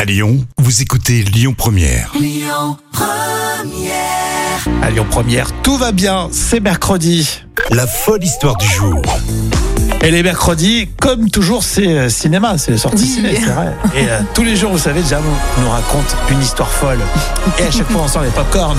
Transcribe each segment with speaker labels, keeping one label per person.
Speaker 1: À Lyon, vous écoutez Lyon Première.
Speaker 2: À Lyon Première, tout va bien, c'est mercredi.
Speaker 1: La folle histoire du jour.
Speaker 2: Et les mercredis, comme toujours, c'est euh, cinéma, c'est les sorties
Speaker 3: Oui.
Speaker 2: ciné, c'est vrai. Et euh, tous les jours, vous savez, Jam nous raconte une histoire folle. Et à chaque fois, on sort les popcorns.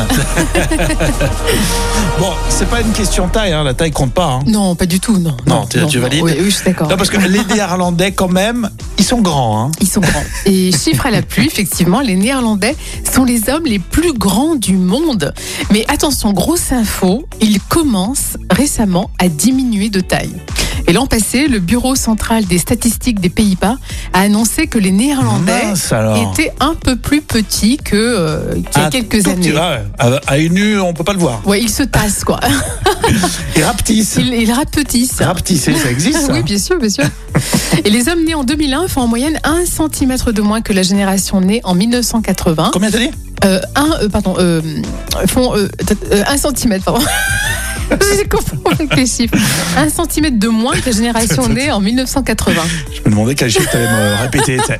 Speaker 2: bon, c'est pas une question de taille, hein, la taille compte pas. hein.
Speaker 3: Non, pas du tout, non.
Speaker 2: Non, tu- tu valides
Speaker 3: Oui, oui, je suis d'accord.
Speaker 2: Non, parce que les Néerlandais, quand même, ils sont grands. Hein.
Speaker 3: Ils sont grands. Et chiffre à la pluie, effectivement, les Néerlandais sont les hommes les plus grands du monde. Mais attention, grosse info, ils commencent récemment à diminuer de taille. Et l'an passé, le Bureau central des statistiques des Pays-Bas a annoncé que les Néerlandais
Speaker 2: Mince, alors.
Speaker 3: étaient un peu plus petits que euh, qu'il y a
Speaker 2: Un
Speaker 3: quelques
Speaker 2: Ah, tout petit-
Speaker 3: années.
Speaker 2: ouais, à, à une nue, on peut pas le voir.
Speaker 3: Ouais, ils se tassent, quoi.
Speaker 2: Ils rapetissent.
Speaker 3: Ils, ils rapetissent.
Speaker 2: Rapetissés, ça existe ça
Speaker 3: Oui, bien sûr, bien sûr. Et les hommes nés en 2001 font en moyenne 1 cm de moins que la génération née en 1980.
Speaker 2: Combien t'as dit
Speaker 3: Euh, un, euh, pardon, euh, font euh, t- euh, 1 cm, pardon. J'ai confondu avec les chiffres. 1 cm de moins que la génération née en 1980.
Speaker 2: Je me demandais quel chiffre t'allais me répéter. tu sais.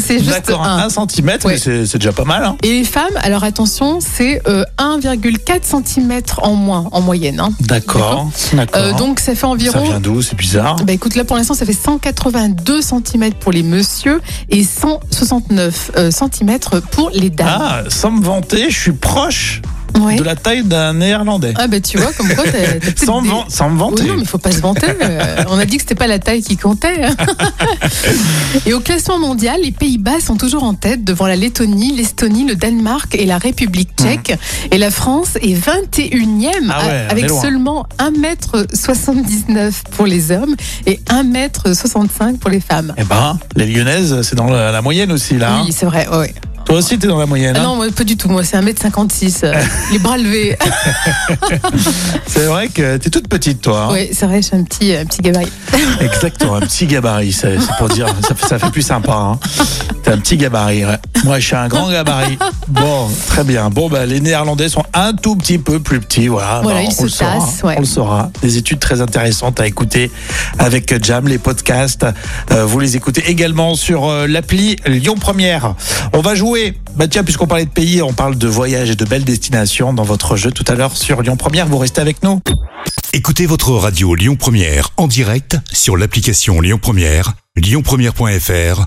Speaker 3: C'est juste
Speaker 2: D'accord, un,
Speaker 3: un.
Speaker 2: centimètre, mais
Speaker 3: Ouais.
Speaker 2: c'est c'est déjà pas mal. Hein.
Speaker 3: Et les femmes, alors attention, c'est euh, 1,4 cm en moins en moyenne. hein.
Speaker 2: D'accord, d'accord.
Speaker 3: Euh, donc ça fait
Speaker 2: ça
Speaker 3: environ
Speaker 2: vient d'où C'est bizarre.
Speaker 3: Bah écoute, là pour l'instant, ça fait 182 cm pour les messieurs et 169 cm pour les dames.
Speaker 2: Ah, sans me vanter, je suis proche
Speaker 3: Bah, ouais.
Speaker 2: Ah, de la taille d'un Néerlandais.
Speaker 3: Ah bah tu vois, comme quoi t'as t'as peut-être
Speaker 2: Sans,
Speaker 3: des-
Speaker 2: van- sans me
Speaker 3: Oh
Speaker 2: vanter.
Speaker 3: non, mais faut pas se vanter. euh, On a dit que c'était pas la taille qui comptait. hein. et au classement mondial, les Pays-Bas sont toujours en tête devant la Lettonie, l'Estonie, le Danemark et la République tchèque. Et la France est 21e
Speaker 2: Mmh. Ah ouais,
Speaker 3: a-
Speaker 2: on est
Speaker 3: avec
Speaker 2: loin.
Speaker 3: seulement 1m79 pour les hommes et 1m65 pour les femmes.
Speaker 2: Eh ben, les Lyonnaises, c'est dans la, la moyenne aussi, là. hein.
Speaker 3: Oui, c'est vrai. ouais.
Speaker 2: Toi aussi, t'es dans la moyenne.
Speaker 3: Ah
Speaker 2: hein.
Speaker 3: non, moi, pas du tout. Moi, c'est 1m56. euh, les bras levés.
Speaker 2: C'est vrai que t'es toute petite, toi. hein.
Speaker 3: oui, c'est vrai, je suis un petit, un petit gabarit.
Speaker 2: Exactement, un petit gabarit, c'est c'est pour dire, ça, fait- ça fait plus sympa. Hein. T'es un petit gabarit, ouais. Moi, je suis un grand gabarit. Bon, très bien. Bon, bah, les Néerlandais sont un tout petit peu plus petits, voilà.
Speaker 3: Voilà,
Speaker 2: Bah,
Speaker 3: ils
Speaker 2: on
Speaker 3: se
Speaker 2: le saura,
Speaker 3: tassent,
Speaker 2: hein.
Speaker 3: ouais.
Speaker 2: On le saura. Des études très intéressantes à écouter avec Jam, les podcasts. Euh, vous les écoutez également sur euh, l'appli Lyon Première. On va jouer. Bah tiens, puisqu'on parlait de pays, on parle de voyages et de belles destinations dans votre jeu tout à l'heure sur Lyon Première. Vous restez avec nous.
Speaker 1: Écoutez votre radio Lyon Première en direct sur l'application Lyon Première, lyonpremière.fr